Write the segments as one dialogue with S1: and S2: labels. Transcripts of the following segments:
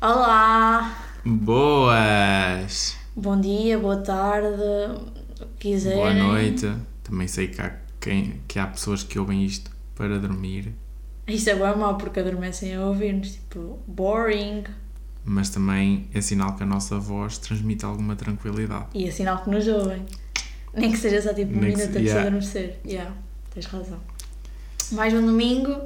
S1: Olá!
S2: Boas!
S1: Bom dia, boa tarde, o que quiserem.
S2: Boa noite. Também sei que há, quem, que há pessoas que ouvem isto para dormir,
S1: Isto é bem mau porque adormecem a ouvir-nos, tipo, boring.
S2: mas também é sinal que a nossa voz transmite alguma tranquilidade.
S1: E é sinal que nos ouvem. Nem que seja só tipo um
S2: Nem
S1: minuto
S2: que se-
S1: antes de
S2: yeah.
S1: adormecer. Yeah, tens razão. Mais um domingo,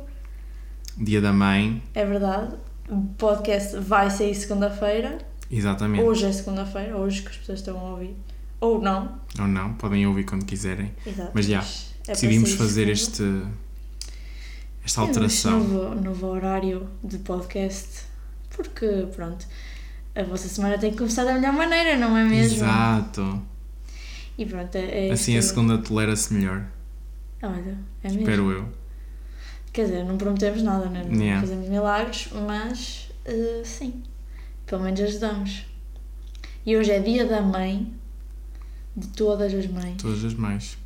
S2: Dia da mãe,
S1: é verdade. O podcast vai sair segunda-feira.
S2: exatamente.
S1: Hoje é segunda-feira, hoje que as pessoas estão a ouvir. Ou não,
S2: Ou não, podem ouvir quando quiserem.
S1: exato.
S2: Mas
S1: é
S2: já,
S1: para
S2: Decidimos
S1: sair
S2: fazer
S1: segunda.
S2: este, esta
S1: Temos
S2: alteração.
S1: Novo, novo horário de podcast, porque pronto, a vossa semana tem que começar da melhor maneira, não é mesmo?
S2: Exato.
S1: E pronto, é, é
S2: Assim a
S1: isto.
S2: segunda tolera-se melhor,
S1: Olha, é mesmo.
S2: espero eu.
S1: Quer dizer, não prometemos nada, né? não
S2: Yeah.
S1: fazemos milagres, mas eh, sim, pelo menos ajudamos. E hoje é dia da mãe, de todas as mães.
S2: Todas as mães.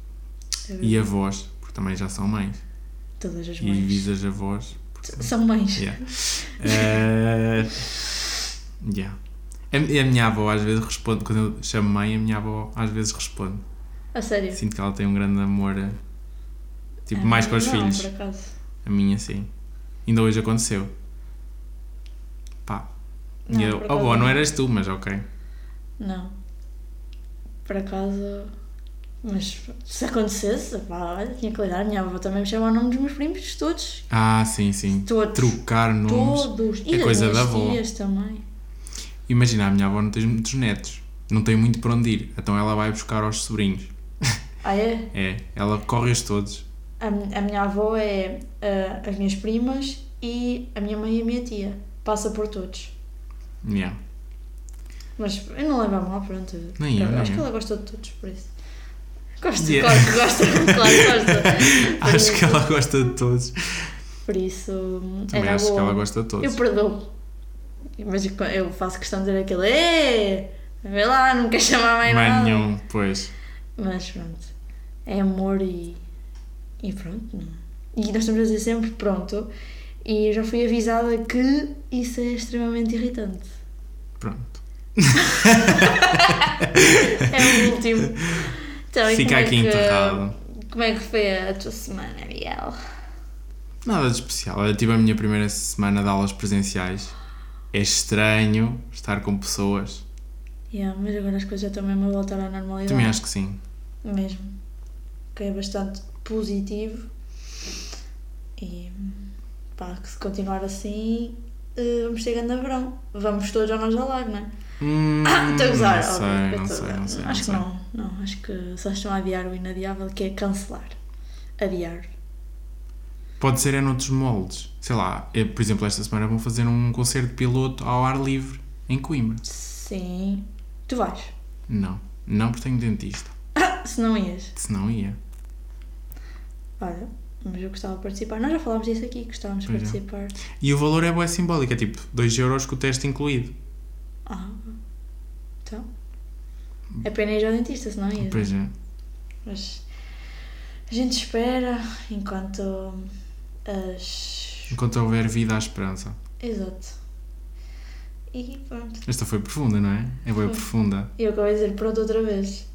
S2: E avós, porque também já são mães.
S1: Todas as
S2: E
S1: mães.
S2: visas avós. porque são-
S1: São mães.
S2: Yeah. Eh, yeah. A, mi- a minha avó às vezes responde, quando eu chamo mãe, a minha avó às vezes responde.
S1: A sério.
S2: Sinto que ela tem um grande amor, eh, tipo,
S1: Ah,
S2: mais com os
S1: não,
S2: filhos.
S1: Por acaso.
S2: A minha, sim. Ainda hoje aconteceu. Pá.
S1: Não,
S2: e eu,
S1: por
S2: oh,
S1: acaso
S2: avó, não
S1: não.
S2: eras tu, mas ok.
S1: Não. Por acaso. Mas se acontecesse, pá, olha, tinha que lidar. Minha avó também me chama o nome dos meus primos, todos.
S2: Ah, sim, sim.
S1: Todos.
S2: Trocar nomes.
S1: Todos. E
S2: É
S1: das
S2: coisa
S1: minhas
S2: da avó.
S1: tias também.
S2: Imagina, a minha avó não tem muitos netos. Não tem muito para onde ir. Então ela vai buscar aos sobrinhos.
S1: Ah, é?
S2: É, ela corre-os todos.
S1: A, mi- a minha avó é ah, as minhas primas e a minha mãe e a minha tia. Passa por todos.
S2: Yeah.
S1: Mas eu não levo a mal, pronto.
S2: Nem eu,
S1: Eu acho
S2: nem
S1: que
S2: eu.
S1: ela gosta de todos, por isso. Gosta,
S2: Yeah.
S1: claro que gosta, claro que gosta. Por
S2: Acho que
S1: isso-
S2: ela gosta de todos.
S1: Por isso,
S2: Também
S1: era
S2: acho que
S1: boa.
S2: ela gosta de todos.
S1: Eu perdoo. Mas eu- eu faço questão de dizer aquele "Eh, Vê lá, nunca chama a mãe
S2: Mais
S1: nada."
S2: é nenhum, pois.
S1: Mas pronto. É amor e. E pronto. não. E nós estamos a dizer sempre pronto. E já fui avisada que isso é extremamente irritante.
S2: Pronto.
S1: É o último. Então, e
S2: Fica
S1: como é
S2: aqui
S1: que-
S2: enterrado.
S1: Como é que foi a tua semana, Miguel?
S2: Nada de especial. Eu tive a minha primeira semana de aulas presenciais. É estranho estar com pessoas.
S1: Yeah, mas agora as coisas já estão mesmo a voltar à normalidade.
S2: Também acho que sim.
S1: mesmo que é bastante positivo e pá, que se continuar assim eh, vamos chegando a verão vamos todos ao nós live, não é?
S2: Hum,
S1: Ah, estou a gozar,
S2: não sei,
S1: óbvio, estou
S2: não
S1: a
S2: sei,
S1: gozar.
S2: não sei.
S1: acho que
S2: sei.
S1: não, não, acho que só estão a adiar o inadiável que é cancelar adiar
S2: Pode ser é noutros moldes. Sei lá, eu, por exemplo, esta semana vão fazer um concerto piloto ao ar livre em Coimbra.
S1: sim, tu vais
S2: Não, não porque tenho dentista.
S1: se não ias,
S2: Se não ia.
S1: olha mas eu gostava de participar, nós já falámos disso aqui gostávamos de
S2: Pois é.
S1: participar
S2: E o valor é bué simbólico, é tipo 2€ euros com o teste incluído.
S1: ah, então é pena ir ao dentista se não ias
S2: Pois é.
S1: Mas a gente espera enquanto as.
S2: Enquanto houver vida, há esperança.
S1: Exato. E pronto.
S2: Esta foi profunda, não é? É bué
S1: Foi.
S2: profunda.
S1: E eu acabei de dizer pronto outra vez.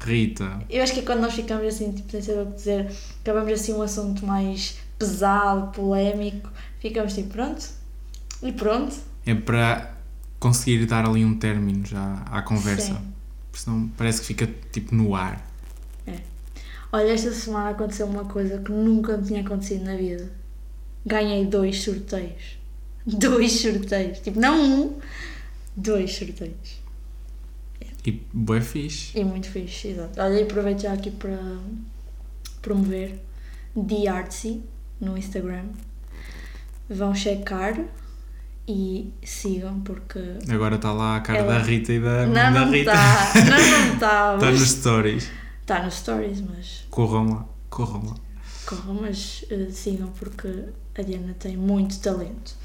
S2: Rita.
S1: Eu acho que é quando nós ficamos assim, tipo, sem saber o que dizer, acabamos assim um assunto mais pesado, polémico, ficamos tipo pronto. E pronto.
S2: É para conseguir dar ali um término já à conversa.
S1: Sim.
S2: Porque senão parece que fica tipo no ar.
S1: Olha, esta semana aconteceu uma coisa que nunca me tinha acontecido na vida. Ganhei dois sorteios. Dois sorteios. Tipo, não um, dois sorteios.
S2: E bué fixe.
S1: E muito fixe, exato. Olha, e aproveito já aqui para promover The Artsy no Instagram. Vão checar E sigam, porque.
S2: Agora está lá a cara
S1: Ela-
S2: da Rita e da
S1: Não,
S2: da
S1: não
S2: Rita.
S1: está. Não, não está.
S2: Está nos
S1: mas-
S2: stories.
S1: Está nos stories, mas.
S2: Corram lá, corram lá.
S1: Corram, mas eh, sigam, porque a Diana tem muito talento.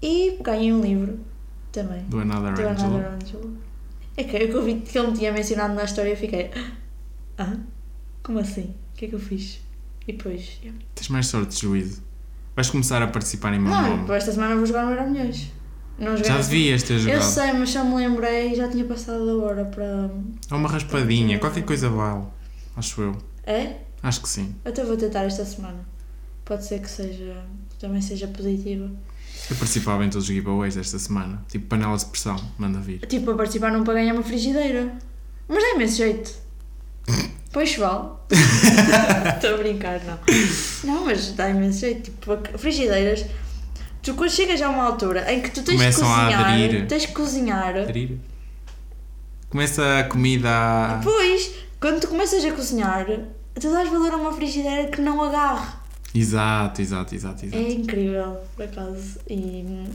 S1: E ganhei um livro também.
S2: Do Another
S1: Do Another
S2: Angel.
S1: Angel. um É que eu que ouvi que ele me tinha mencionado na história e fiquei. Ah, como assim? O que é que eu fiz? E depois. yeah.
S2: Tens mais sorte, juízo. Vais começar a participar em meu
S1: Não,
S2: nome.
S1: depois esta semana vou jogar no Euromilhões. Não joguei.
S2: Já devias ter
S1: Eu
S2: jogado.
S1: sei, mas já me lembrei e já tinha passado a hora para.
S2: É uma raspadinha, qualquer coisa vale. Acho eu.
S1: É?
S2: Acho que sim.
S1: Até vou tentar esta semana. Pode ser que seja. também seja positiva.
S2: Eu participava em todos os giveaways desta semana. Tipo panelas de pressão, manda vir.
S1: Tipo, para participar não para ganhar uma frigideira. Mas dá imenso jeito. Pois vale. Estou a brincar, não. Não, mas dá imenso jeito. Tipo, a- frigideiras. Tu quando chegas a uma altura em que tu tens
S2: Começam
S1: que
S2: a
S1: cozinhar,
S2: aderir.
S1: tens que cozinhar,
S2: Aderir. Começa a comida. a-
S1: depois, quando tu começas a cozinhar, tu dás valor a uma frigideira que não agarre.
S2: Exato, exato, exato,
S1: É
S2: exato.
S1: incrível, por acaso. E hum,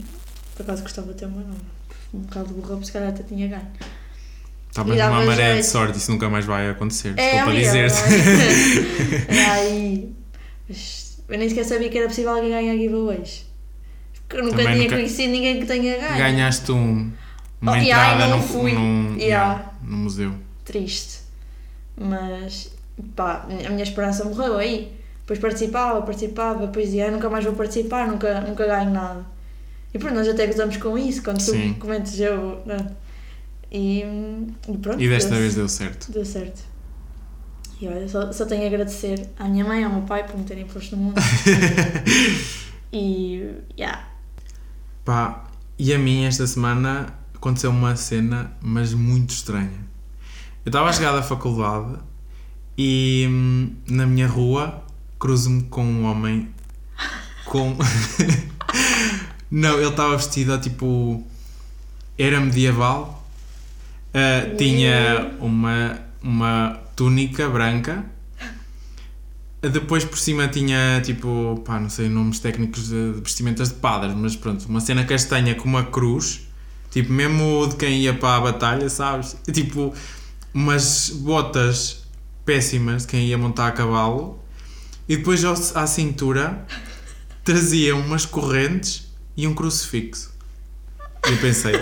S1: por acaso gostava de ter uma nova. Um bocado de burra, porque se calhar até tinha ganho.
S2: Estavas
S1: E dava
S2: numa Tá maré de
S1: jeito.
S2: sorte, isso nunca mais vai acontecer.
S1: É,
S2: Desculpa
S1: amiga,
S2: dizer-te.
S1: não é? É aí. Mas Eu nem sequer sabia que era possível alguém ganhar giveaways. Porque eu nunca
S2: Também
S1: tinha
S2: nunca-
S1: conhecido ninguém que tenha ganho.
S2: Ganhaste um, uma
S1: É. Oh, e ai,
S2: entrada
S1: não
S2: num,
S1: fui.
S2: num-
S1: Yeah.
S2: yeah, num museu.
S1: Triste. Mas, pá, a minha esperança morreu aí. Depois participava, participava, depois dizia, "Ah, nunca mais vou participar, nunca, nunca ganho nada. E pronto, nós até gozamos com isso, quando
S2: Sim.
S1: tu comentas eu. não. E, e pronto.
S2: E desta
S1: deu-
S2: vez deu certo.
S1: Deu certo. E olha, só, só tenho a agradecer à minha mãe e ao meu pai por me terem posto no mundo. e. Yeah.
S2: Pá, e a mim esta semana aconteceu uma cena, mas muito estranha. Eu estava a chegar da faculdade e hum, na minha rua cruzo-me com um homem com. Não, ele estava vestido tipo. Era medieval, ah, tinha uma, uma túnica branca. Depois por cima tinha tipo, pá, não sei nomes técnicos de de vestimentas de padres, mas pronto, uma cena castanha com uma cruz, tipo, mesmo de quem ia para a batalha, sabes? E, tipo, umas botas péssimas de quem ia montar a cavalo, e depois ao- à cintura trazia umas correntes e um crucifixo. E eu pensei,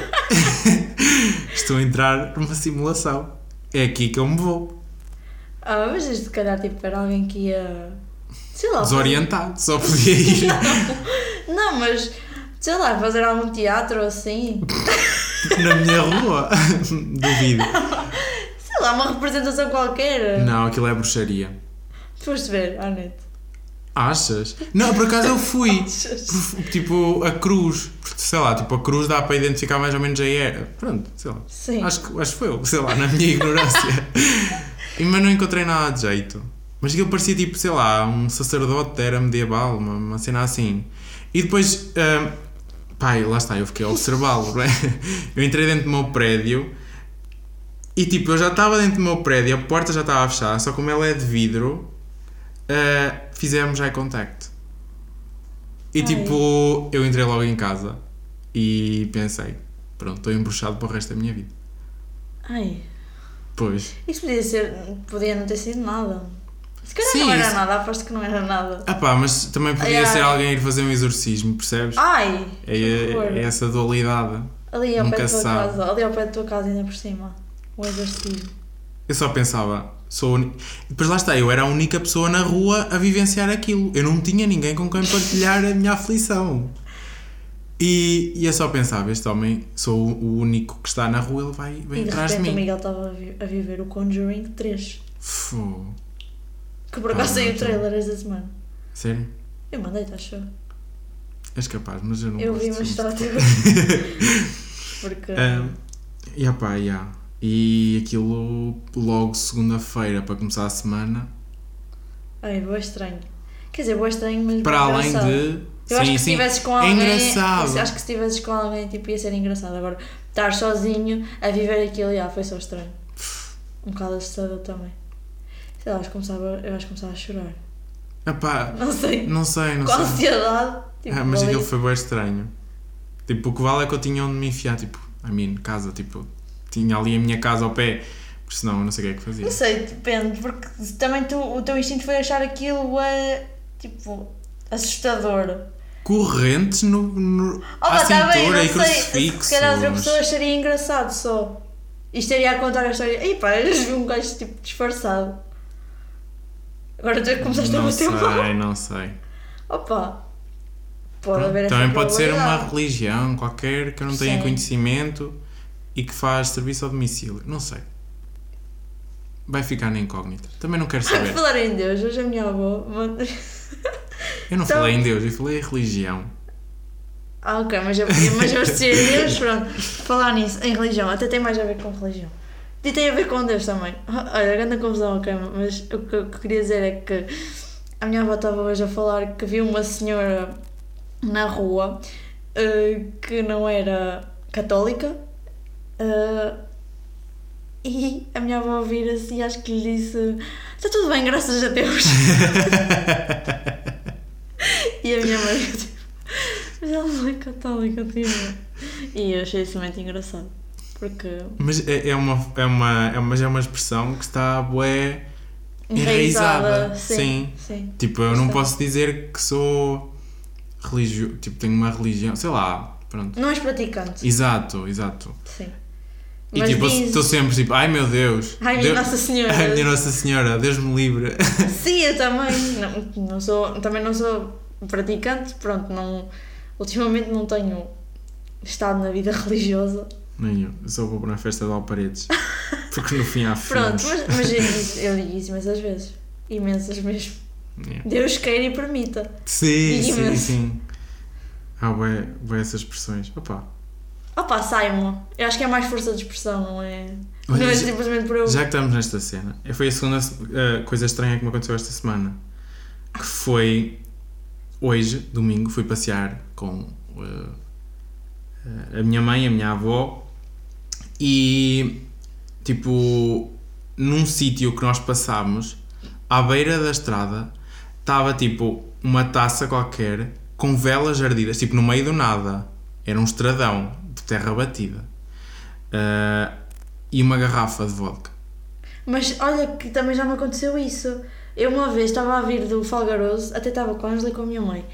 S2: estou a entrar numa simulação, é aqui que eu me vou,
S1: Ah, mas isto, se calhar tipo, era alguém que ia. Sei lá.
S2: desorientado, só podia ir.
S1: Não, mas. Sei lá, fazer algum teatro assim.
S2: na minha rua. Duvido.
S1: Sei lá, uma representação qualquer.
S2: Não, aquilo é bruxaria.
S1: Tu Foste ver, à net.
S2: Achas? Não, por acaso eu fui.
S1: Achas?
S2: Tipo, a cruz. Porque, sei lá, tipo, a cruz dá para identificar mais ou menos a era. Pronto, sei lá.
S1: Sim.
S2: Acho que, acho que foi eu, sei lá, na minha ignorância. E, Mas não encontrei nada de jeito. Mas aquilo parecia tipo, sei lá, um sacerdote da era medieval, uma, uma cena assim. E depois, ah, pai, lá está, eu fiquei a observá-lo. não é? Eu entrei dentro do meu prédio e tipo, eu já estava dentro do meu prédio, a porta já estava fechada, só como ela é de vidro, ah, fizemos eye contact. E
S1: Ai.
S2: tipo, eu entrei logo em casa e pensei, pronto, estou embruxado para o resto da minha vida.
S1: Ai.
S2: Pois.
S1: Isso podia ser. Podia não ter sido nada. Se calhar
S2: Sim,
S1: não era
S2: isso-
S1: nada, aposto que não era nada.
S2: Ah pá, mas também podia
S1: Ai, ai.
S2: ser alguém ir fazer um exorcismo, percebes?
S1: Ai!
S2: é,
S1: Ah, que horror.
S2: é essa dualidade.
S1: Ali ao
S2: Nunca
S1: pé da tua
S2: se sabe.
S1: casa, ali ao pé da tua casa ainda por cima. O exorcismo.
S2: Eu só pensava, sou a uni- Depois lá está, eu era a única pessoa na rua a vivenciar aquilo. Eu não tinha ninguém com quem partilhar a minha aflição. E, e eu só pensava, este homem, sou o único que está na rua, ele vai,
S1: E
S2: vem
S1: de
S2: atrás de
S1: repente o
S2: mim.
S1: Miguel estava a, vi- a viver o Conjuring 3.
S2: Fô,
S1: Que por
S2: Ah,
S1: acaso saiu o
S2: não.
S1: trailer esta semana.
S2: sério?
S1: Eu mandei-te, acho eu.
S2: És capaz, mas eu não
S1: Eu
S2: gosto
S1: vi,
S2: de
S1: mas
S2: filmes de
S1: estava até agora. Porque.
S2: Ahm, e opá, yeah. E aquilo logo segunda-feira para começar a semana.
S1: Ai, boa estranho. Quer dizer, boa estranho, mas.
S2: Para
S1: boa
S2: além
S1: engraçado.
S2: de.
S1: Eu acho que se estivesses com alguém.
S2: É engraçado.
S1: Acho que se estivesses com alguém, tipo, ia ser engraçado. Agora, estar sozinho a viver aquilo, já, foi só estranho. Um bocado assustador também. Sei lá, acho que começava, eu acho que começava a chorar.
S2: Epá,
S1: Não sei.
S2: não sei, não
S1: com
S2: sei.
S1: ansiedade. Tipo,
S2: Ah, mas
S1: ali-
S2: aquilo foi bem estranho. Tipo, o que vale é que eu tinha onde me enfiar, tipo, a mim, casa, tipo, tinha ali a minha casa ao pé, porque senão eu não sei o que é que fazia.
S1: Não sei, depende, porque se também tu, o teu instinto foi achar aquilo a. tipo. assustador.
S2: Correntes no, no à
S1: Opa, está bem,
S2: cintura
S1: não
S2: e
S1: sei.
S2: crucifixo.
S1: Se calhar outra pessoa acharia engraçado só. Isto era a contar a história. Ei pá, eras um gajo tipo disfarçado. Agora tu é começaste a
S2: Não
S1: bater mal.
S2: sei, não sei.
S1: Opa! Pode haver essa
S2: Também pode ser uma
S1: probabilidade.
S2: religião qualquer que eu não tenha
S1: Sim.
S2: conhecimento e que faz serviço ao domicílio. Não sei. Vai ficar na incógnita. Também não quero
S1: Por
S2: saber.
S1: falar em Deus, hoje a minha avó. manda-
S2: Eu não
S1: Então-
S2: falei em Deus, eu falei em religião.
S1: Ah, ok, mas eu, mas eu sei em Deus, pronto. Falar nisso, em religião, até tem mais a ver com religião. E tem a ver com Deus também. Ah, Olha, grande confusão, ok, mas o que eu queria dizer é que a minha avó estava hoje a falar que viu uma senhora na rua eh, que não era católica eh, e a minha avó vira-se e acho que lhe disse: Está tudo bem, graças a Deus. E a minha mãe, tipo, mas ela não é católica, tipo. E eu achei isso muito engraçado. Porque.
S2: Mas é, é uma, é, uma, é, uma, mas é uma expressão que está bué enraizada.
S1: Sim. Sim.
S2: Tipo, eu não
S1: Sim.
S2: posso dizer que sou religioso. Tipo, tenho uma religião. Sei lá. Pronto.
S1: Não és praticante.
S2: Exato, exato.
S1: Sim.
S2: E
S1: Mas
S2: tipo, eu
S1: dizes,
S2: estou sempre tipo, ai meu Deus.
S1: Ai, minha
S2: Deus
S1: Nossa Senhora.
S2: Ai minha Nossa Senhora, Deus me livre.
S1: Sim, eu também. Não, não sou, também não sou praticante, pronto, não, ultimamente não tenho estado na vida religiosa.
S2: Nenhum, eu só vou na festa de Alparedes. Porque no fim há
S1: Pronto,
S2: filmes.
S1: mas, mas eu, digo, isso- eu digo isso imensas vezes. Imensas mesmo.
S2: Yeah.
S1: Deus queira e permita.
S2: Sim,
S1: Digo
S2: sim,
S1: imenso.
S2: sim. Há bué, bué essas expressões. Opa.
S1: Opa, Simon. Eu acho que é mais força de expressão, não é?
S2: Olha,
S1: não é
S2: já-
S1: simplesmente por eu.
S2: Já que estamos nesta cena, foi a segunda eh, coisa estranha que me aconteceu esta semana. Que foi hoje, domingo, fui passear com eh, eh, a minha mãe, a minha avó e tipo num sítio que nós passámos à beira da estrada estava tipo uma taça qualquer com velas ardidas, tipo no meio do nada. Era um estradão de terra batida. Eh, e uma garrafa de vodka.
S1: Mas olha que também já me aconteceu isso. Eu uma vez estava a vir do Falgaroso, até estava com a Angela e com a minha mãe,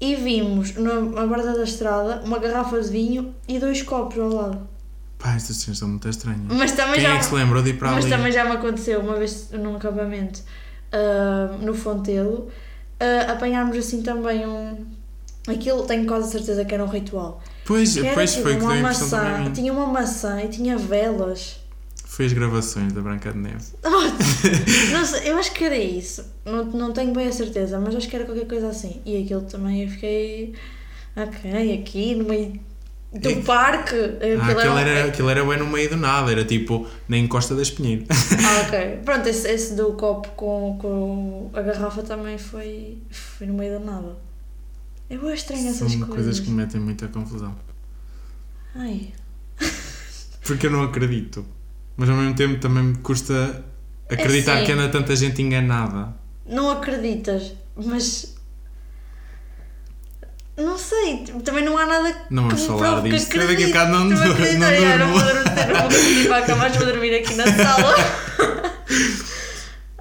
S1: e vimos na na borda da estrada uma garrafa de vinho e dois copos ao lado.
S2: Pá, estas cenas são muito estranhas.
S1: Mas também
S2: Quem
S1: já.
S2: é que se lembrou de ir para
S1: mas
S2: ali?
S1: também já me aconteceu uma vez num acampamento ah, no Fontelo ah, apanharmos assim também um. Aquilo tenho quase certeza que era um ritual.
S2: Pois,
S1: Que era
S2: pois
S1: tipo
S2: foi o que deu
S1: uma
S2: a
S1: maçã,
S2: impressão para mim.
S1: tinha uma maçã e tinha velas.
S2: Foi as gravações da Branca de Neve.
S1: Oh, não sei, eu acho que era isso. Não, não tenho bem a certeza, mas acho que era qualquer coisa assim. E aquilo também eu fiquei. Ok, aqui no meio do
S2: É-
S1: parque. Aquilo
S2: Ah, aquilo,
S1: era-
S2: era, aquilo era bem no meio do nada, era tipo na encosta da Espinheiro.
S1: Ah, ok. Pronto, esse, esse do copo com, com a garrafa também foi, foi no meio da nada. Eu acho estranho
S2: São
S1: essas
S2: coisas
S1: coisas.
S2: que me metem muita confusão.
S1: Ai,
S2: Porque eu não acredito. Mas ao mesmo tempo também me custa acreditar
S1: É sim.
S2: que anda tanta gente enganada.
S1: não acreditas, mas. Não sei, tipo, também não há nada
S2: Não vamos
S1: que me
S2: falar
S1: prove que
S2: disto. Eu daqui a
S1: acredito.
S2: bocado não,
S1: Também
S2: dur-
S1: acredito,
S2: não
S1: olha, eu não vou um
S2: durmo.
S1: dormir, não vou dormir para a cama, mas vou dormir aqui na sala.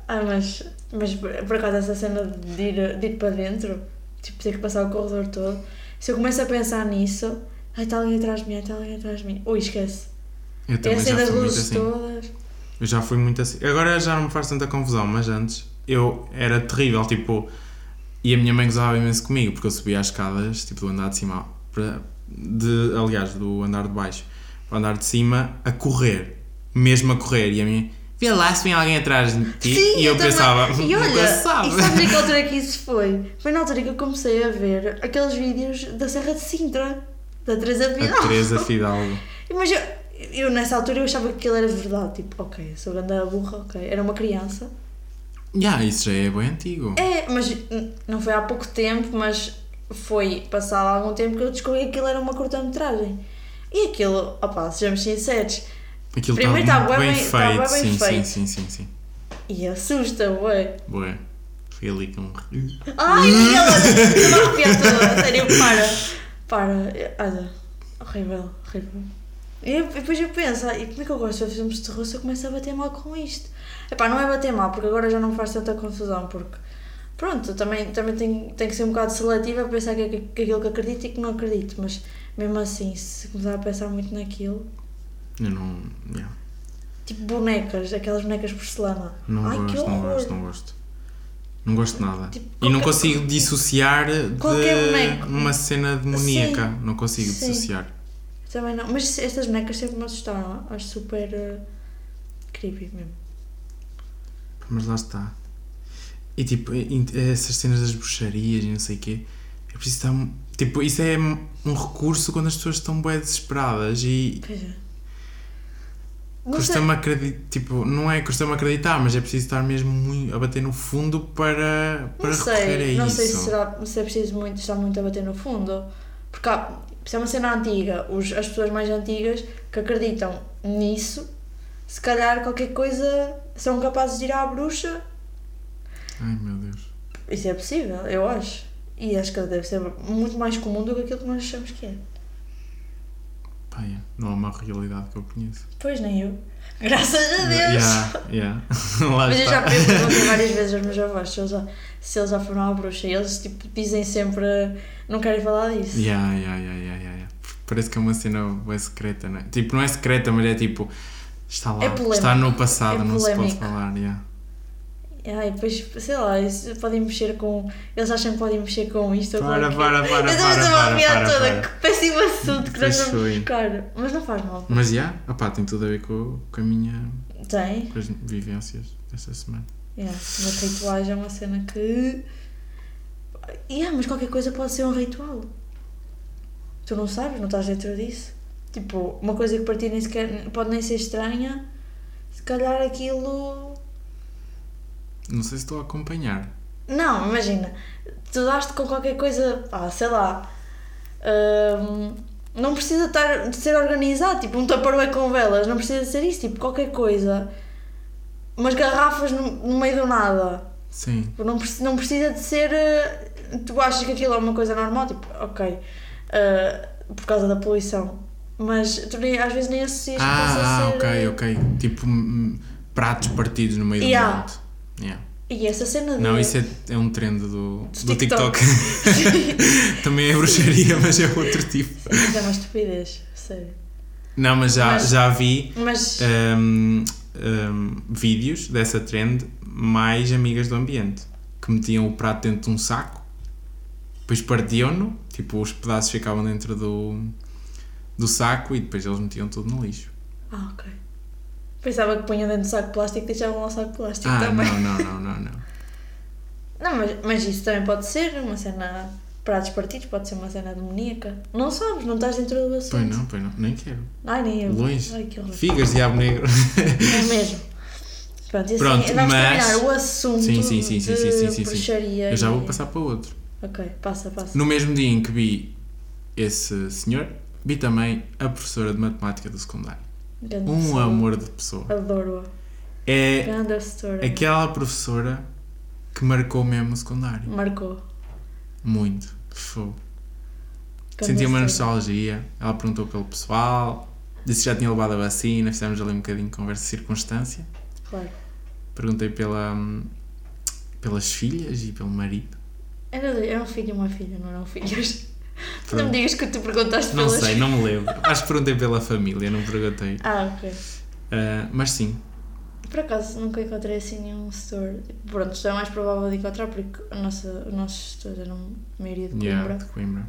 S1: ah, mas, mas por por acaso essa cena de ir, de ir para dentro, tipo ter que passar o corredor todo, se eu começo a pensar nisso, ai está alguém atrás de mim, ai está alguém atrás de mim, ui esquece.
S2: Eu
S1: É a
S2: também já
S1: cena das
S2: fui muito
S1: luzes
S2: assim.
S1: todas.
S2: Eu já fui muito assim. Agora já não me faz tanta confusão, mas antes eu era terrível, tipo. E a minha mãe gozava imenso comigo, porque eu subia as escadas, tipo, do andar de cima para. De, aliás, do andar de baixo para o andar de cima, a correr. Mesmo a correr. E a minha. Vê lá se vem alguém atrás de ti. e eu,
S1: também.
S2: pensava. "Hum,
S1: E olha,
S2: nunca
S1: e
S2: se sabe.
S1: sabes em que altura é que isso foi? Foi na altura que eu comecei a ver aqueles vídeos da Serra de Sintra, da Teresa
S2: A
S1: Pinal.
S2: Teresa Fidalgo.
S1: Mas eu, eu nessa altura eu achava que aquilo era verdade, tipo, ok, sou grande a burra, ok, era uma criança.
S2: Já, isso já é bem antigo.
S1: É, mas n- não foi há pouco tempo, mas foi passado algum tempo que eu descobri que aquilo era uma curta-metragem. E aquilo, opá, sejamos sinceros,
S2: Aquilo
S1: Primeiro
S2: está
S1: está bué
S2: muito bem,
S1: bem- está
S2: feito.
S1: bué bem
S2: sim,
S1: feito.
S2: sim, sim, sim, sim.
S1: e assusta, ué.
S2: Boa. Foi ali que um. Hum.
S1: Ai, Miguel, olha, estou a arrepiar toda, a sério, para. Para, eh, olha, horrível, horrível. E eu- depois eu penso, ah, e como é que eu gosto de ver filmes de terror se eu começo a bater mal com isto? Epá, não é bater mal, porque agora já não faz tanta confusão, porque pronto, eu também, também tenho, tenho que ser um bocado seletiva a pensar que, que aquilo que acredito e que não acredito, mas mesmo assim, se começar a pensar muito naquilo,
S2: Eu não. yeah,
S1: tipo bonecas, aquelas bonecas de porcelana.
S2: não
S1: Ai, que
S2: gosto, não
S1: horror.
S2: gosto, não gosto. Não gosto de nada.
S1: Tipo,
S2: e não
S1: qualquer-
S2: consigo dissociar de
S1: Qualquer boneco.
S2: uma cena demoníaca. Não consigo
S1: Sim.
S2: dissociar.
S1: Também não, mas estas bonecas sempre me assustaram, acho super eh, creepy mesmo.
S2: Mas lá está. E tipo, e- e- essas cenas das bruxarias e não sei o quê, é preciso estar. mu- Tipo, isso é um recurso quando as pessoas estão bem desesperadas e
S1: Pois é. Não sei-
S2: custa-me acreditar. Tipo, não é custa-me acreditar, mas é preciso estar mesmo muito a bater no fundo para, para
S1: não
S2: recorrer
S1: sei,
S2: a
S1: não
S2: isso.
S1: sei se, será, se é preciso muito, estar muito a bater no fundo, porque há, se é uma cena antiga, os, as pessoas mais antigas que acreditam nisso, se calhar qualquer coisa são capazes de ir à bruxa,
S2: Ai meu Deus.
S1: isso é possível, eu acho. E acho que deve ser muito mais comum do que aquilo que nós achamos que é.
S2: Pá, é. não é uma realidade que eu conheço.
S1: Pois nem eu. Graças a Deus!
S2: Yeah, yeah. lá
S1: Mas eu já
S2: está.
S1: perguntei várias vezes aos meus avós se eles, já, se eles já foram à bruxa e eles tipo, dizem sempre não querem falar disso.
S2: Yeah, yeah, yeah, yeah, yeah, yeah. Parece que é uma cena bem secreta, não é? Tipo, não é secreta, mas é tipo. Está lá,
S1: É polémico.
S2: está no passado,
S1: É
S2: não se pode
S1: polémico.
S2: falar. Yeah.
S1: Ah, e depois, sei lá, isso podem mexer com. Eles acham que podem mexer com isto ou
S2: Para,
S1: com aquilo.
S2: para, para, para,
S1: Eu também estou a
S2: para,
S1: piada
S2: para,
S1: toda,
S2: para.
S1: que péssimo assunto que nós
S2: Pois
S1: vamos
S2: foi.
S1: buscar. Mas não faz mal.
S2: Mas já, yeah, opá, tem tudo a ver com, com, a minha,
S1: Tem.
S2: com as vivências desta semana.
S1: Yeah. Mas rituais é uma cena que. Yeah, mas qualquer coisa pode ser um ritual. Tu não sabes, não estás dentro disso. Tipo, uma coisa que para ti nem sequer, pode nem ser estranha, se calhar aquilo.
S2: Não sei se estou a acompanhar.
S1: Não, imagina, tu dás-te com qualquer coisa, ah, sei lá, hum, não precisa estar, de ser organizado, tipo um tupperware com velas, não precisa ser isso, tipo qualquer coisa, umas garrafas no, no meio do nada,
S2: Sim,
S1: Tipo, não, preci- não precisa de ser, eh, tu achas que aquilo é uma coisa normal, tipo, ok, eh, por causa da poluição, mas tu nem, às vezes nem associas que possa
S2: Ah, ah,
S1: ser...
S2: ok,
S1: eh,
S2: ok. Tipo hum, pratos partidos no meio
S1: Yeah.
S2: do mundo. Yeah.
S1: E essa cena de...
S2: Não, isso é, é um trend do,
S1: Do
S2: do TikTok.
S1: TikTok.
S2: Também é bruxaria, mas é outro tipo.
S1: Mas é uma estupidez, sério.
S2: Não, mas já,
S1: Mas-
S2: já vi
S1: Mas...
S2: hum, hum, vídeos dessa trend mais amigas do ambiente que metiam o prato dentro de um saco, depois partiam-no, tipo os pedaços ficavam dentro do, do saco e depois eles metiam tudo no lixo.
S1: Ah, ok. Pensava que punham dentro do saco de plástico e deixavam lá o saco de plástico
S2: ah,
S1: também.
S2: não, não, não, não, não.
S1: Não, mas, mas isso também pode ser uma cena pratos partidos, pode ser uma cena demoníaca. Não sabes, não estás dentro do assunto.
S2: Pois não, pois não, nem quero.
S1: Ai, nem eu.
S2: Longe.
S1: Ai, que horror.
S2: Figas, diabo negro.
S1: É mesmo. Pronto, e assim,
S2: Pronto,
S1: vamos
S2: mas-
S1: terminar o assunto
S2: Sim, sim, sim, sim,
S1: de
S2: sim, sim, sim, sim.
S1: bruxaria.
S2: Eu já vou
S1: e-
S2: passar para outro.
S1: Ok, passa, passa.
S2: No mesmo dia em que vi esse senhor, vi também a professora de matemática do secundário.
S1: Grande
S2: Um
S1: pessoa.
S2: amor de pessoa.
S1: Adoro-a.
S2: É
S1: Grande história.
S2: Aquela professora que marcou mesmo o secundário.
S1: Marcou.
S2: Muito. Fogo.
S1: Grande
S2: Senti uma
S1: história.
S2: nostalgia. Ela perguntou pelo pessoal, disse que já tinha levado a vacina, fizemos ali um bocadinho de conversa de circunstância.
S1: Claro.
S2: Perguntei pela, hum, pelas filhas e pelo marido.
S1: Era, era um filho e uma filha, não eram filhos. Não me
S2: Pronto.
S1: digas que tu perguntaste
S2: Não
S1: pelas
S2: sei, não me lembro. Acho que perguntei pela família, não perguntei.
S1: Ah, ok.
S2: Ah, mas sim,
S1: Por acaso nunca encontrei assim nenhum setor. Pronto, isto é mais provável de encontrar porque a nossa, o nosso setor era a maioria de
S2: yeah,
S1: Coimbra.
S2: de Coimbra.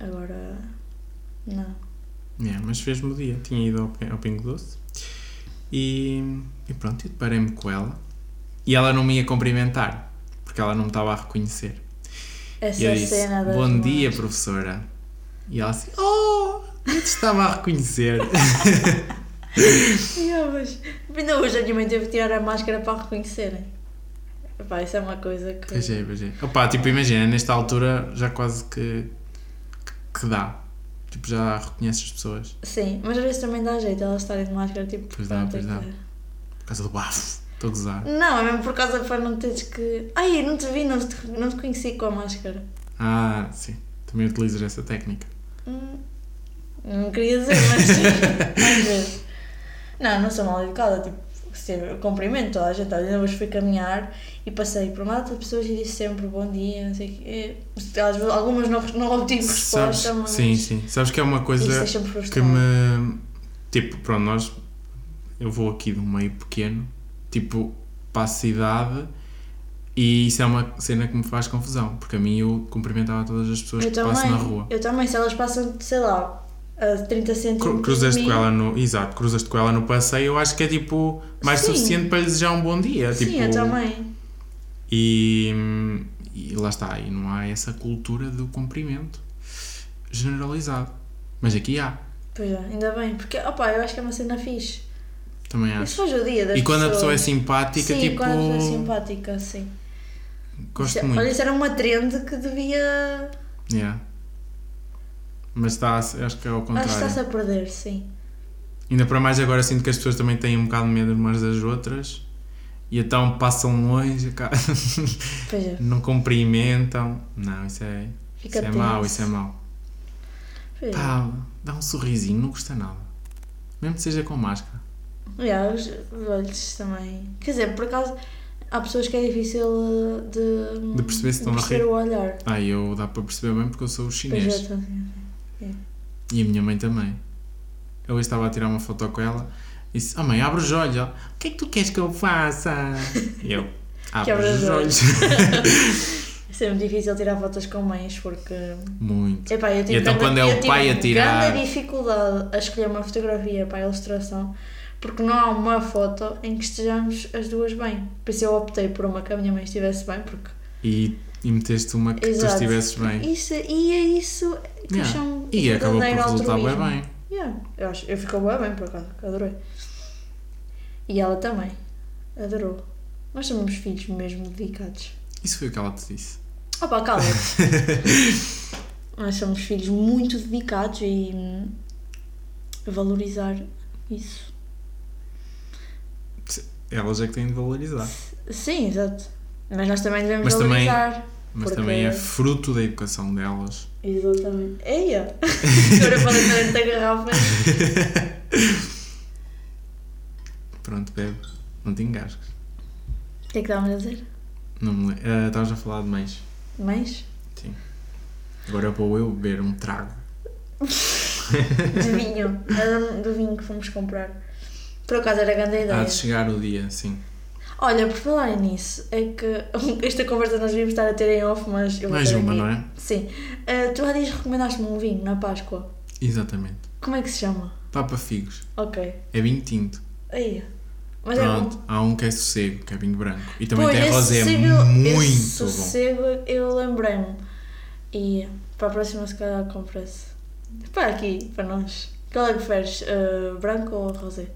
S1: Agora. Não.
S2: Yeah, É, mas fez-me o dia. Tinha ido ao, Pin- ao Pingo Doce e, e pronto, eu deparei-me com ela e ela não me ia cumprimentar porque ela não me estava a reconhecer.
S1: Essa
S2: E eu disse:
S1: cena da.
S2: Bom dia, professora. E ela assim: Oh, eu te estava a reconhecer.
S1: mas... Ainda hoje a minha mãe teve que tirar a máscara para a reconhecerem. Pá, isso é uma coisa que.
S2: pois é, pois é. Opa, tipo, imagina, nesta altura já quase que, que, que dá. Tipo, já reconheces as pessoas
S1: Sim, mas às vezes também dá jeito elas estarem de máscara, tipo.
S2: Pois dá,
S1: pronto,
S2: pois
S1: é
S2: dá.
S1: que-
S2: por causa do bafo. Estou a gozar.
S1: Não, é mesmo por causa para não teres que. Ai, não te vi, não te, não te conheci com a máscara.
S2: Ah, sim. Também utilizas essa técnica.
S1: Hum, não queria dizer, mas às vezes. Não, não sou mal educada, tipo, se eu cumprimento toda a gente, ainda hoje fui caminhar e passei por uma data de pessoas e disse sempre bom dia, não sei o quê. Às vezes, algumas não, não obtive resposta,
S2: Sabes,
S1: mas
S2: sim, sim. Sabes que é uma
S1: isso
S2: coisa
S1: deixa-me
S2: que
S1: frustrada.
S2: me. Tipo, pronto, nós. Eu vou aqui de um meio pequeno, tipo, para a cidade, e isso é uma cena que me faz confusão, porque a mim eu cumprimentava todas as pessoas
S1: Eu
S2: que passam
S1: também,
S2: na rua.
S1: eu também, se elas passam, sei lá, a 30 centímetros.
S2: Cru-
S1: de
S2: Cruzas-te
S1: mim,
S2: com ela no. Exato, cruzas-te com ela no passeio, eu acho que é tipo. Mais
S1: Sim.
S2: suficiente para lhe desejar um bom dia.
S1: Sim,
S2: tipo,
S1: eu também.
S2: E, e lá está, e não há essa cultura do cumprimento generalizado. Mas aqui há,
S1: Pois é, ainda bem, porque opa, eu acho que é uma cena fixe.
S2: também há.
S1: Isso faz o dia das
S2: E quando a pessoa é
S1: pessoas.
S2: simpática,
S1: Sim,
S2: tipo.
S1: quando a pessoa é simpática, sim.
S2: Gosto
S1: Isso é-
S2: muito.
S1: Olha, isso era uma trend que devia.
S2: Yeah. Mas está, acho que é ao
S1: Acho que
S2: contrário.
S1: está-se a perder, sim.
S2: Ainda para mais agora sinto que as pessoas também têm um bocado de medo umas das outras e então passam longe, ca-
S1: Pois é,
S2: não cumprimentam. Não, isso é, isso
S1: fica
S2: é
S1: tenso.
S2: mau, isso é mau.
S1: Pois é.
S2: Pá, dá um sorrisinho, não custa nada. Mesmo que seja com máscara.
S1: Yeah, os olhos também. Quer dizer, por acaso, há pessoas que é difícil eh, de,
S2: De perceber se estão a
S1: perceber
S2: rir.
S1: o olhar.
S2: Ah, eu dá para perceber bem porque eu sou
S1: Pois
S2: chinês.
S1: é, tá-
S2: E a minha mãe também. Eu hoje estava a tirar uma foto com ela e disse: Ah, mãe, abre os olhos. Ela, O que é que tu queres que eu faça? E eu, abre
S1: abra
S2: os
S1: os
S2: olhos.
S1: é sempre difícil tirar fotos com mães porque.
S2: Muito.
S1: Epá, eu tive
S2: E então
S1: grande-
S2: quando é
S1: eu
S2: o
S1: tive
S2: pai a tirar-
S1: grande dificuldade a escolher uma fotografia para a ilustração porque não há uma foto em que estejamos as duas bem. Por isso eu optei por uma que a minha mãe estivesse bem porque.
S2: E, e meteste uma que tu
S1: Exato.
S2: estivesses bem.
S1: Isso, e é isso que eu
S2: Yeah.
S1: chamo.
S2: E acabou por
S1: verdadeiro
S2: resultar bem
S1: altruísmo.
S2: bem.
S1: Yeah, eu, acho, eu ficou bem, bem por acaso, adorei. E ela também, adorou. Nós somos filhos mesmo dedicados.
S2: Isso foi o que ela te disse.
S1: Opa, Ah, calma! Nós somos filhos muito dedicados e hum, valorizar isso.
S2: Elas é que têm de valorizar.
S1: Sim, exato. Mas nós também devemos
S2: Mas também-
S1: valorizar.
S2: Mas
S1: Porque-
S2: também é fruto da educação delas.
S1: Exatamente. Eia! Agora falei também da garrafa.
S2: Pronto, bebe. Não te engasgas.
S1: O que é que estávamos a dizer?
S2: Não me lembro. Ah, Estavas a falar de mães.
S1: Mas
S2: Agora vou eu beber um trago.
S1: de vinho. Era do vinho que fomos comprar. Por acaso era grande ideia.
S2: Há de chegar o dia, sim.
S1: Olha, por falar nisso, é que esta conversa nós devíamos estar a ter em off, mas eu vou
S2: Mais
S1: ter
S2: uma,
S1: aqui.
S2: não é?
S1: Sim. Ah, tu há dias recomendaste-me um vinho na Páscoa.
S2: Exatamente.
S1: Como é que se chama?
S2: Papa Figos.
S1: Ok.
S2: É vinho tinto.
S1: Aí. Mas é bom.
S2: Pronto, há um que é sossego, que é vinho branco. E também
S1: Pois,
S2: tem
S1: esse
S2: rosé, é
S1: sossego- esse
S2: muito bom.
S1: sossego eu lembrei-me. E para a próxima se calhar compra-se. Para aqui, para nós. Qual é que preferes? ah, branco ou rosé?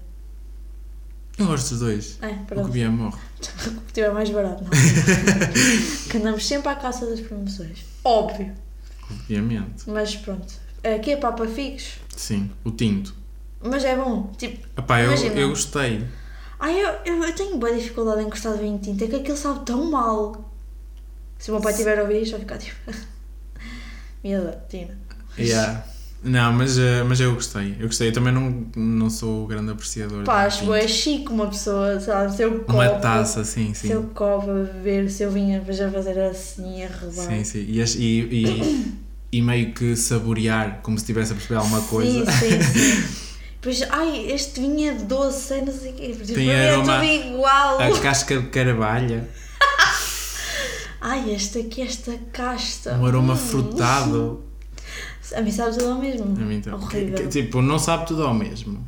S2: Eu gosto dos dois.
S1: É,
S2: O que
S1: pronto.
S2: vier morre.
S1: O que tiver mais barato, não. que andamos sempre à caça das promoções. Óbvio.
S2: Obviamente.
S1: Mas pronto. Aqui é Papa Figos.
S2: Sim, o tinto.
S1: Mas é bom. Tipo,
S2: Epá, eu,
S1: Imagina.
S2: eu gostei.
S1: ai, eu, eu, eu tenho boa dificuldade em gostar de vinho tinto. É que aquilo sabe tão mal. Se o meu pai tiver a ouvir isto, vai ficar tipo. Miada, Tina.
S2: Yeah. Não, mas, eh, mas eu gostei. Eu gostei. Eu também não, não sou grande apreciador.
S1: Pá,
S2: de
S1: acho
S2: tinto.
S1: bué chique uma pessoa, sabe? Seu copo.
S2: assim. Uma taça, sim, sim.
S1: Seu copo a beber, seu vinho a já fazer assim, a rebar.
S2: Sim, sim. E, as- e, e, e meio que saborear, como se estivesse a perceber alguma coisa.
S1: Sim, sim, sim. Pois, ai, este vinho é doce, é não sei o quê. Tipo, para mim
S2: Tem
S1: é
S2: aroma
S1: tudo igual.
S2: A casca de carvalha.
S1: Ai, este aqui, esta casta.
S2: Um aroma
S1: Hum.
S2: frutado.
S1: A mim sabe tudo ao mesmo.
S2: A mim também.
S1: Horrível.
S2: Que- que, tipo, não sabe tudo ao mesmo,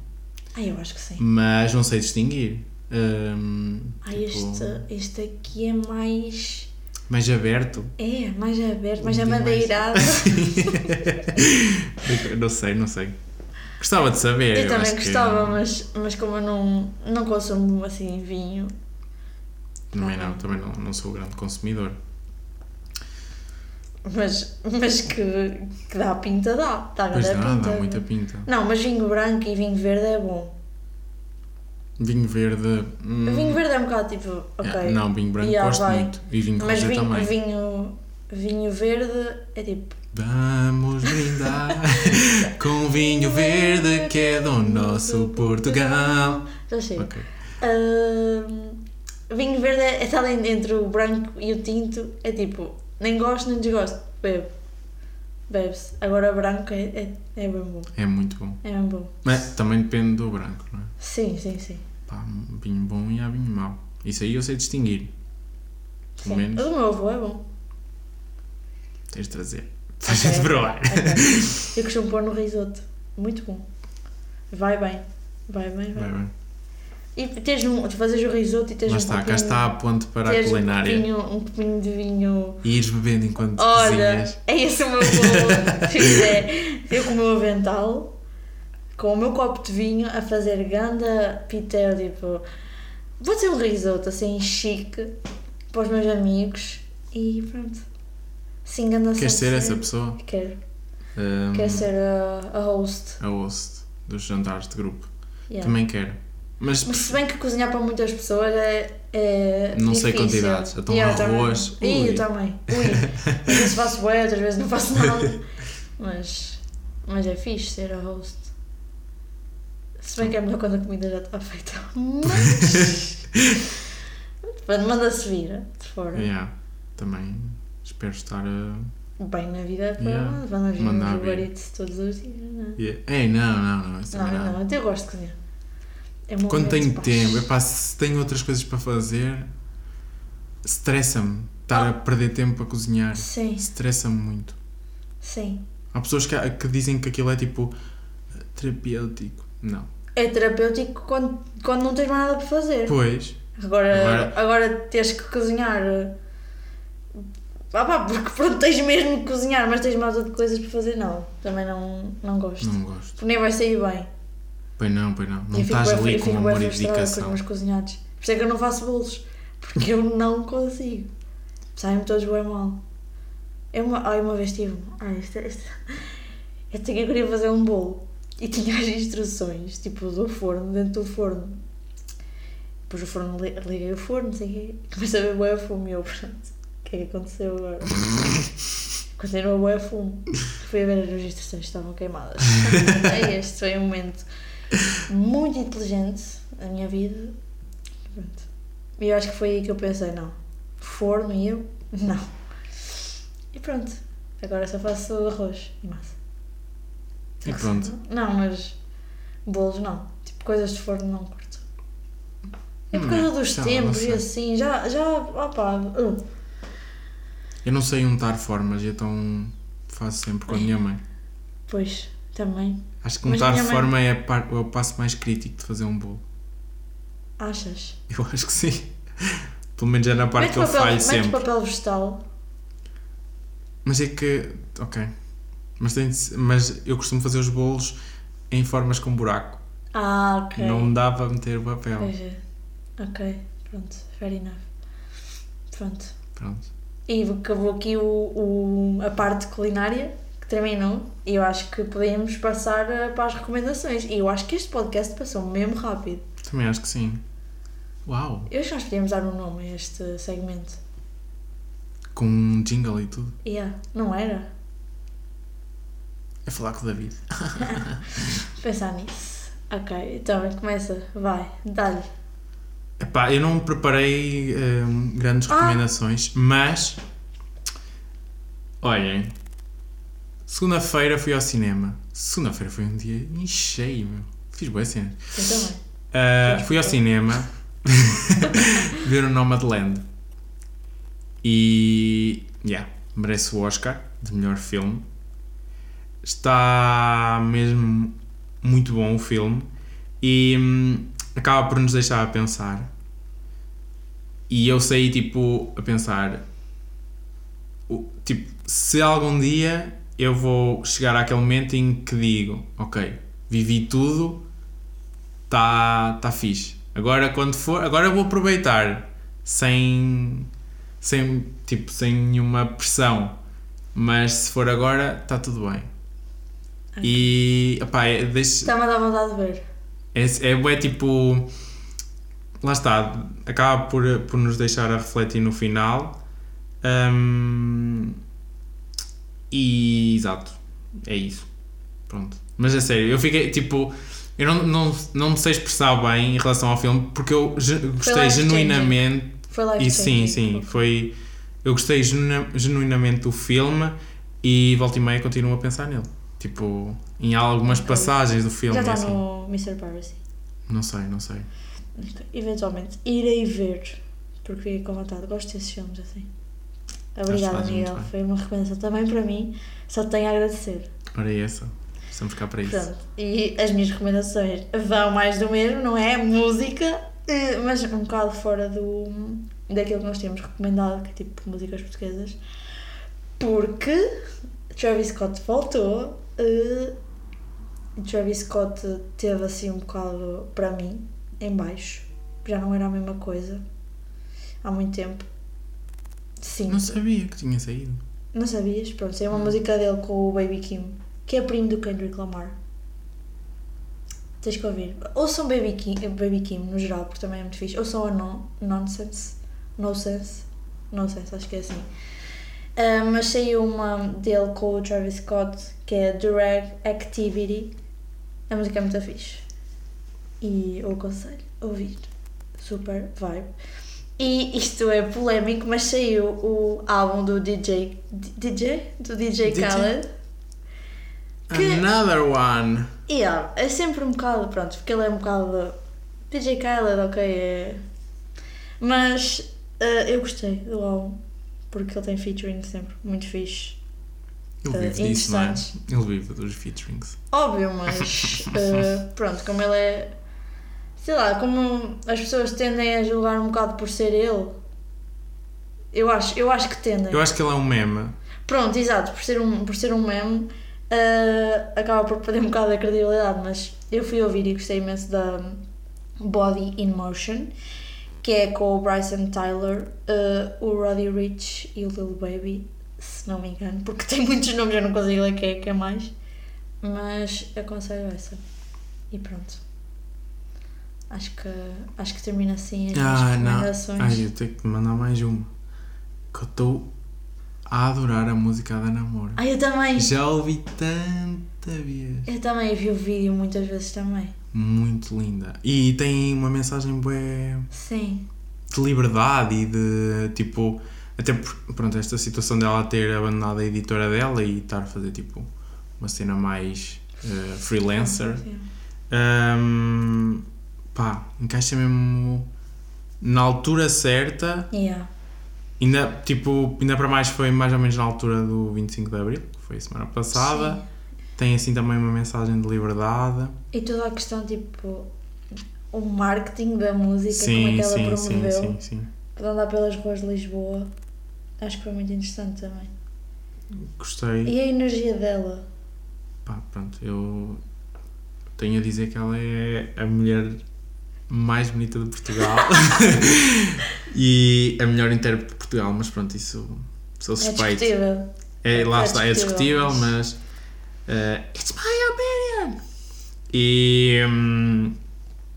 S1: Ai, eu acho que sim.
S2: mas não sei distinguir. Hum,
S1: Ai,
S2: tipo,
S1: este, este aqui é mais.
S2: Mais aberto.
S1: É, mais aberto, mais
S2: Um bocadinho
S1: amadeirado.
S2: não sei, não sei. Gostava de
S1: Eu,
S2: saber. É, acho
S1: também
S2: que
S1: gostava, mas, mas como eu não, não consumo assim vinho.
S2: Também não, também não, não sou grande consumidor.
S1: Mas, mas que, que dá pinta, dá. Dá
S2: Pois
S1: grande
S2: dá,
S1: pinta.
S2: dá muita pinta.
S1: Não, mas vinho branco e vinho verde é bom.
S2: Vinho verde. hum,
S1: O vinho verde é um bocado tipo. Ok.
S2: yeah, Não, vinho branco
S1: Yeah,
S2: gosto
S1: vai.
S2: muito. E vinho
S1: mas
S2: rosa
S1: vinho,
S2: também.
S1: vinho Vinho verde é tipo.
S2: Vamos brindar com vinho verde que é do nosso Portugal.
S1: Já sei.
S2: Ok.
S1: Ahm, vinho verde é é tal en- entre o branco e o tinto. É tipo, nem gosto nem desgosto. Bebe. Bebe-se. Agora branco é, é, é bem bom.
S2: É muito bom.
S1: É bem bom.
S2: Mas também depende do branco, não é?
S1: Sim, sim, sim.
S2: Pá, vinho bom e há vinho mau. Isso aí eu sei distinguir.
S1: sim.
S2: Pelo menos
S1: O do meu avô é bom.
S2: tens de trazer. Tens de
S1: Ok.
S2: provar.
S1: Ok. É Eu costumo pôr no risoto. Muito bom. Vai bem. Vai bem, vai.
S2: Vai bem.
S1: E tens um, tu fazes o risoto e tens
S2: Lá
S1: um
S2: está, cá
S1: copinho-
S2: está a ponte para a
S1: tens um
S2: culinária.
S1: copinho- Um copinho de vinho.
S2: E ires bebendo enquanto
S1: Olha,
S2: cozinhas.
S1: é esse o meu bolo. Fiz, é, eu com o meu avental, com o meu copo de vinho, a fazer ganda pitel, tipo... Vou fazer um risoto, assim, chique, para os meus amigos. E pronto. Sim, ganda
S2: Queres ser
S1: sunset.
S2: essa Hum. pessoa?
S1: Quero.
S2: Ahm,
S1: Quero ser a, a host.
S2: A host dos jantares de grupo.
S1: yeah.
S2: Também quero. Mas
S1: Mas se bem que cozinhar para muitas pessoas é. é
S2: Não sei
S1: difícil.
S2: quantidades. Então
S1: eu
S2: arroz,
S1: Também. Ih,
S2: ui.
S1: eu também. Ui. Às vezes faço bué, outras vezes não faço nada. Mas. Mas é fixe ser a host. Se bem que é melhor quando a comida já está feita. Mas. Pronto, manda-se vir de fora.
S2: yeah, também espero estar a.
S1: Bem na vida para
S2: Yeah.
S1: yeah. Vão vir
S2: Mandar
S1: nos
S2: vir.
S1: baritos todos os dias, não é?
S2: Yeah. Ei, não, não, não. Isso
S1: Não,
S2: também não.
S1: não, até eu gosto de cozinhar. É um
S2: Quando
S1: momento
S2: tenho
S1: de paz.
S2: tempo, epá, se tenho outras coisas para fazer, estressa-me. Estar a
S1: Ah.
S2: perder tempo a cozinhar
S1: Sim,
S2: estressa-me muito.
S1: sim.
S2: Há pessoas que, que dizem que aquilo é tipo terapêutico. Não.
S1: É terapêutico quando, quando não tens mais nada para fazer.
S2: Pois,
S1: Agora,
S2: Agora-
S1: agora tens que cozinhar. eh, Ah pá, porque pronto, tens mesmo que cozinhar, mas tens mais outras coisas para fazer. Não, também não, não gosto.
S2: não gosto.
S1: Porque nem vai sair bem.
S2: Pois não, pois não. Não
S1: Eu fico
S2: estás
S1: bué-
S2: ali
S1: eu
S2: com
S1: fico bué
S2: amor e
S1: frustrada Com
S2: dedicação.
S1: os meus cozinhados. Por isso é que eu não faço bolos. Porque eu não consigo. Saem-me todos bem mal. Eu uma, ai, uma vez tive. Ai, isto, é- isto, eu tinha, eu queria fazer um bolo. E tinha as instruções, tipo, do forno, dentro do forno. Depois o forno, li- liguei o forno, não sei o quê. Comecei a ver boa fome. E eu, pronto, o que é que aconteceu agora? Continuou boa fome. Fui a ver as instruções, estavam queimadas. Ai, este foi um momento muito inteligente na minha vida. Pronto. E eu acho que foi aí que eu pensei, não. Forno e eu, não. E pronto. Agora só faço arroz e massa.
S2: E pronto.
S1: Não, mas bolos não. Tipo, coisas de forno não curto. É por
S2: Hum,
S1: causa dos
S2: sei lá, não
S1: tempos e
S2: sei.
S1: assim, já, já, opá, uh,
S2: Eu não sei untar formas, então faço sempre com a minha mãe.
S1: pois, também,
S2: Acho que
S1: Mas
S2: untar
S1: minha mãe-
S2: forma é a par- o passo mais crítico de fazer um bolo.
S1: achas?
S2: Eu acho que sim. Pelo menos é na parte que eu
S1: papel,
S2: falho
S1: metes
S2: sempre.
S1: papel vegetal,
S2: Mas é que. Ok. Mas, tem de se- mas eu costumo fazer os bolos em formas com buraco.
S1: ah, ok.
S2: Não dá para meter o papel.
S1: Pois é. Ok, pronto, fair enough. Pronto.
S2: Pronto.
S1: E acabou aqui o, o- a parte culinária que terminou. E eu acho que podemos passar eh, para as recomendações. E eu acho que este podcast passou mesmo rápido.
S2: Também acho que sim. Uau!
S1: Eu acho que nós podíamos dar um nome a este segmento.
S2: Com um jingle e tudo.
S1: Yeah, não era?
S2: É falar com o David.
S1: Pensar nisso. Ok, então começa, vai, dá-lhe.
S2: Epá, eu não preparei hum, grandes
S1: Ah.
S2: recomendações, mas. Olhem. Segunda-feira fui ao cinema. Segunda-feira foi um dia em cheio, meu. Fiz boas cenas.
S1: Eu também.
S2: Uh, fui ao cinema ver o Nomadland e yeah, merece o Oscar de melhor filme está mesmo muito bom o filme e hum, acaba por nos deixar a pensar e eu saí tipo a pensar o- tipo se algum dia eu vou chegar àquele momento em que digo ok vivi tudo tá, tá fixe. Agora quando for, agora eu vou aproveitar sem sem tipo sem nenhuma pressão. Mas se for agora, está tudo bem. E opá, é, deixa,
S1: Está-me a dar vontade de ver.
S2: é, é, é tipo. Lá está, acaba por, por nos deixar a refletir no final. Ahm, e exato, é isso. Pronto. Mas é sério, eu fiquei tipo. Eu não, não, não me sei expressar bem em relação ao filme porque eu ge- gostei
S1: life-changing.
S2: genuinamente
S1: Foi lá
S2: e sim, sim, foi. Eu gostei genu- genuinamente do filme e volta e meia continuo a pensar nele. Tipo, em algumas
S1: Ok.
S2: passagens do filme.
S1: Já está
S2: assim.
S1: no Mr. Piracy.
S2: Não sei, não sei.
S1: Ok, Eventualmente irei ver, porque fiquei com vontade. Gosto desses filmes assim. Obrigada,
S2: fazes muito
S1: Miguel.
S2: bem.
S1: Foi uma recomendação também para mim. Só tenho a agradecer.
S2: Ora, é essa. Estamos cá para isso.
S1: Pronto. E as minhas recomendações vão mais do mesmo, não é? Música, eh, mas um bocado fora do, daquilo que nós temos recomendado, que é tipo músicas portuguesas. Porque Travis Scott voltou. eh, Travis Scott teve assim um bocado para mim em baixo. Já não era a mesma coisa. Há muito tempo. Sim.
S2: Não sabia que tinha saído.
S1: Não sabias? Pronto, é uma
S2: Não.
S1: música dele com o Baby Kim, que é primo do Kendrick Lamar. Tens que ouvir. Ouçam Baby Kim, eh, Baby Kim no geral, porque também é muito fixe. Ouçam a non, Nonsense. Nonsense. Nonsense, acho que é assim. Ah, mas saiu uma dele com o Travis Scott, que é Drag Activity. A música é muito fixe. E eu aconselho a ouvir. Super vibe. E isto é polémico, mas saiu o álbum do DJ. DJ? Do DJ
S2: DJ?
S1: Khaled. Que-
S2: Another one!
S1: E ó, é sempre um bocado, pronto, porque ele é um bocado. DJ Khaled, ok, é. Mas eh, eu gostei do álbum, porque ele tem featuring sempre muito fixe.
S2: Ele
S1: Eh,
S2: vive disso, não é?
S1: interessante.
S2: Ele vive dos featurings.
S1: Óbvio, mas. eh, pronto, como ele é. Sei lá, como as pessoas tendem a julgar um bocado por ser ele. Eu acho, eu acho que tendem.
S2: Eu acho que ele é um meme.
S1: Pronto, exato, por ser um, por ser um meme, ah, acaba por perder um bocado a credibilidade, mas eu fui ouvir e gostei imenso da Body in Motion, que é com o Bryson Tyler, ah, o Roddy Rich e o Lil Baby, se não me engano, porque tem muitos nomes, eu não consigo ler quem é que é mais, mas aconselho essa. E pronto. Acho que, acho que termina assim as minhas
S2: Ah, não.
S1: recomendações.
S2: Ai, eu tenho que te mandar mais uma. Que eu estou a adorar a música da Namora.
S1: Ai, Ah, eu também!
S2: Já ouvi tanta vez.
S1: Eu também vi o vídeo muitas vezes também.
S2: Muito linda. E tem uma mensagem bué
S1: Sim.
S2: de liberdade e de tipo. Até por- pronto, esta situação dela ter abandonado a editora dela e estar a fazer tipo uma cena mais eh, freelancer. Ahm, pá, encaixa mesmo na altura certa.
S1: Yeah.
S2: Ainda, tipo, ainda para mais foi mais ou menos na altura do 25 de Abril, que foi a semana passada.
S1: Sim.
S2: Tem assim também uma mensagem de liberdade.
S1: E toda a questão, tipo, o marketing da música, como é
S2: Sim,
S1: que ela
S2: sim, sim,
S1: promoveu,
S2: sim, sim.
S1: de andar pelas ruas de Lisboa, acho que foi muito interessante também.
S2: Gostei.
S1: E a energia dela,
S2: Pá, pronto, eu tenho a dizer que ela é a mulher mais bonita de Portugal e a melhor intérprete de Portugal, mas pronto, isso sou
S1: é
S2: suspeito.
S1: discutível.
S2: É, lá
S1: É
S2: está, é discutível,
S1: discutível,
S2: mas. eh, it's my opinion! E. hum,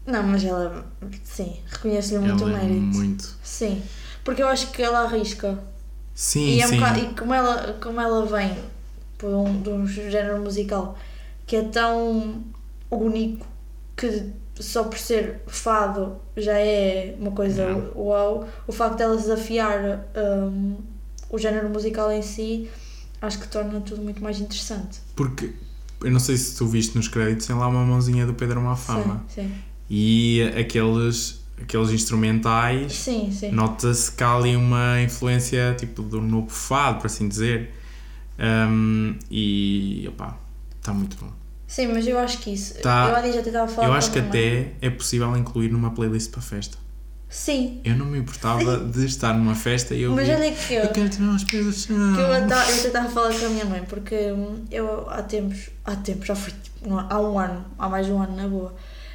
S1: Não, mas ela, sim, reconheço-lhe muito o
S2: ela é
S1: mérito.
S2: muito.
S1: Sim, porque eu acho que ela arrisca.
S2: Sim,
S1: E, é um
S2: sim.
S1: bocado- e como, ela, como ela vem por um, de um género musical que é tão único que só por ser fado já é uma coisa
S2: Não.
S1: uau, o facto dela desafiar hum, o género musical em si acho que torna tudo muito mais interessante.
S2: Porque. Eu não sei se tu viste nos créditos, tem lá uma mãozinha do Pedro Mafama.
S1: Sim,
S2: E aqueles, aqueles instrumentais.
S1: sim. sim, sim.
S2: Nota-se que há ali uma influência tipo do novo fado, por assim dizer. Um, e opá, está muito bom.
S1: Sim, mas eu acho que isso.
S2: Tá.
S1: Eu há dias até estava a falar
S2: Eu
S1: com a
S2: acho que
S1: minha mãe.
S2: até é possível incluir numa playlist para festa.
S1: Sim,
S2: Eu não me importava de estar numa festa e eu.
S1: mas
S2: vi,
S1: olha que eu.
S2: eu quero tirar umas pedras do chão.
S1: que eu até eu tentava falar com a minha mãe porque hum, eu há tempos, há tempos, já foi tipo, não, há um ano, há mais de um ano na boa,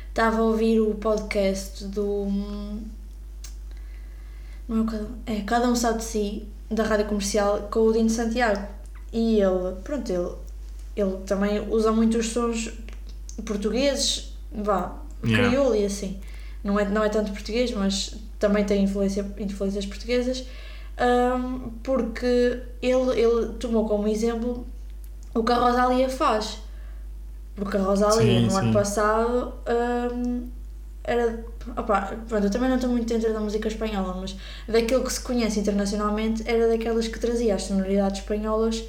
S1: estava a ouvir o podcast do hum, não é, o cada, um- é Cada Um Sabe de Si da Rádio Comercial com o Dino Santiago e ele, pronto, ele ele também usa muito os sons portugueses vá,
S2: Yeah.
S1: crioulo e assim não é, não é tanto português, mas também tem influência, influências portuguesas Ahm, porque ele, ele tomou como exemplo o que a Rosalia faz. Porque a Rosalia,
S2: Sim,
S1: no ano
S2: sim.
S1: passado, ahm, era. opá, pronto, eu também não estou muito dentro da música espanhola, mas daquilo que se conhece internacionalmente era daquelas que trazia as sonoridades espanholas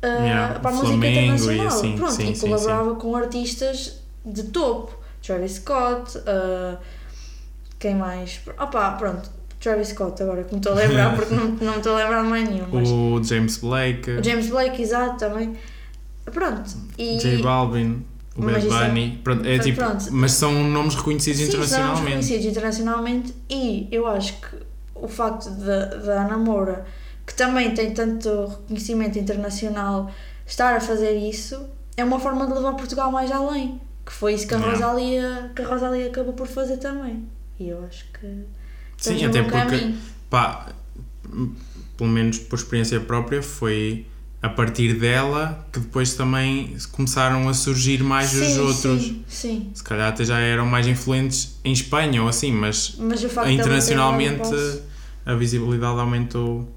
S1: ah,
S2: Yeah,
S1: para a música
S2: flamengo e
S1: internacional.
S2: assim,
S1: pronto,
S2: sim,
S1: e
S2: sim,
S1: colaborava com artistas de topo. Travis Scott, ah, quem mais? Opá, pronto, Travis Scott agora que me estou a lembrar, porque não, não me estou a lembrar de mais nenhum. Mas...
S2: O James Blake,
S1: O James Blake, exato, também. Pronto. E...
S2: J Balvin, o
S1: Mas
S2: Bad
S1: isso é-
S2: Bunny. Pronto, é
S1: Mas
S2: tipo,
S1: pronto.
S2: mas são nomes reconhecidos
S1: Sim, são ambos
S2: internacionalmente.
S1: conhecidos internacionalmente e eu acho que o facto da da Ana Moura, que também tem tanto reconhecimento internacional, estar a fazer isso é uma forma de levar Portugal mais além. Que foi isso que a,
S2: Yeah.
S1: Rosalia, que a Rosalia acabou por fazer também. E eu acho que. estamos
S2: Sim,
S1: no
S2: até
S1: bom
S2: porque,
S1: caminho.
S2: pá, m- pelo menos por experiência própria, foi a partir dela que depois também começaram a surgir mais os
S1: Sim,
S2: outros.
S1: Sim, sim.
S2: Se calhar até já eram mais influentes em Espanha ou assim, mas
S1: Mas o facto
S2: internacionalmente
S1: dela ter dado o passo-
S2: a visibilidade aumentou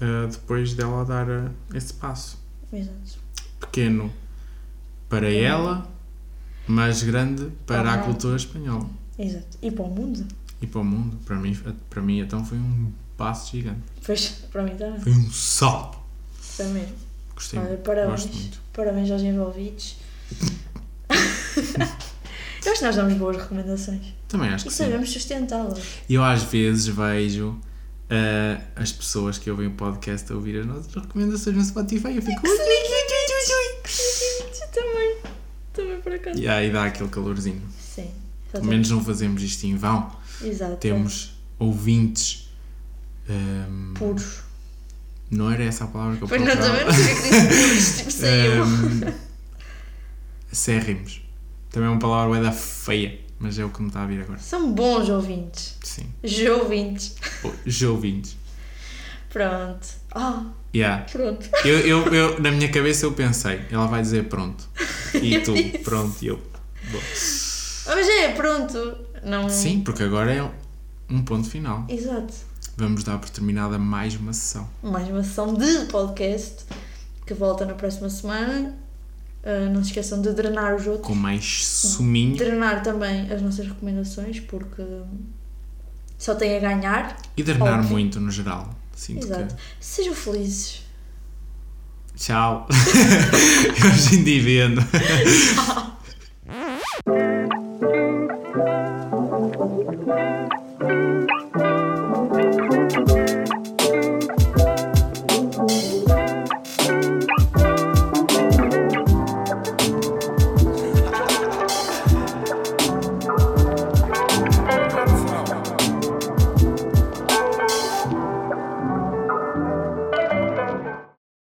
S2: ah, depois dela dar ah, esse passo.
S1: Exato.
S2: Pequeno para ela, mas grande para
S1: Para
S2: a
S1: o mundo.
S2: cultura espanhola
S1: Exato. E para o mundo?
S2: e para o mundo. Para mim, para mim então foi um passo gigante.
S1: Pois, para mim também.
S2: Foi um salto.
S1: Também.
S2: Gostei
S1: Olha,
S2: muito.
S1: parabéns.
S2: Gosto muito.
S1: Parabéns aos envolvidos. Eu acho que nós damos boas recomendações.
S2: Também acho
S1: E
S2: que sim.
S1: sabemos sustentá-las.
S2: E Eu às vezes vejo ah, as pessoas que ouvem o podcast a ouvir as nossas recomendações no Spotify e eu fico. "Ui,
S1: Eu também. Também por acaso.
S2: E aí dá aquele calorzinho.
S1: Sim.
S2: Pelo menos não fazemos isto em vão.
S1: Exato.
S2: Temos ouvintes. ahm,
S1: Puros.
S2: Não era essa a palavra que eu
S1: Pois não, também não
S2: procurava.
S1: sei o que é que disse puros. Tipo, saiu.
S2: Ahm, Ah, Acérrimos. Também é uma palavra da feia, mas é o que me está a vir agora.
S1: São bons ouvintes.
S2: Sim.
S1: Jouvintes.
S2: Os ouvintes.
S1: Pronto. Ah,
S2: Yeah.
S1: pronto.
S2: Eu, eu, eu, na minha cabeça eu pensei, ela vai dizer pronto. E tu, pronto, e eu. Boa.
S1: Mas é, pronto. Não...
S2: Sim, porque agora é um ponto final.
S1: Exato.
S2: Vamos dar por terminada mais uma sessão.
S1: mais uma sessão de podcast que volta na próxima semana. Ah, não se esqueçam de drenar os outros,
S2: Com mais suminho.
S1: drenar também as nossas recomendações, porque só tem a ganhar.
S2: E drenar
S1: Óbvio.
S2: muito no geral. Sinto
S1: Exato. Sejam felizes.
S2: que. Tchau. Eu já indivíduo.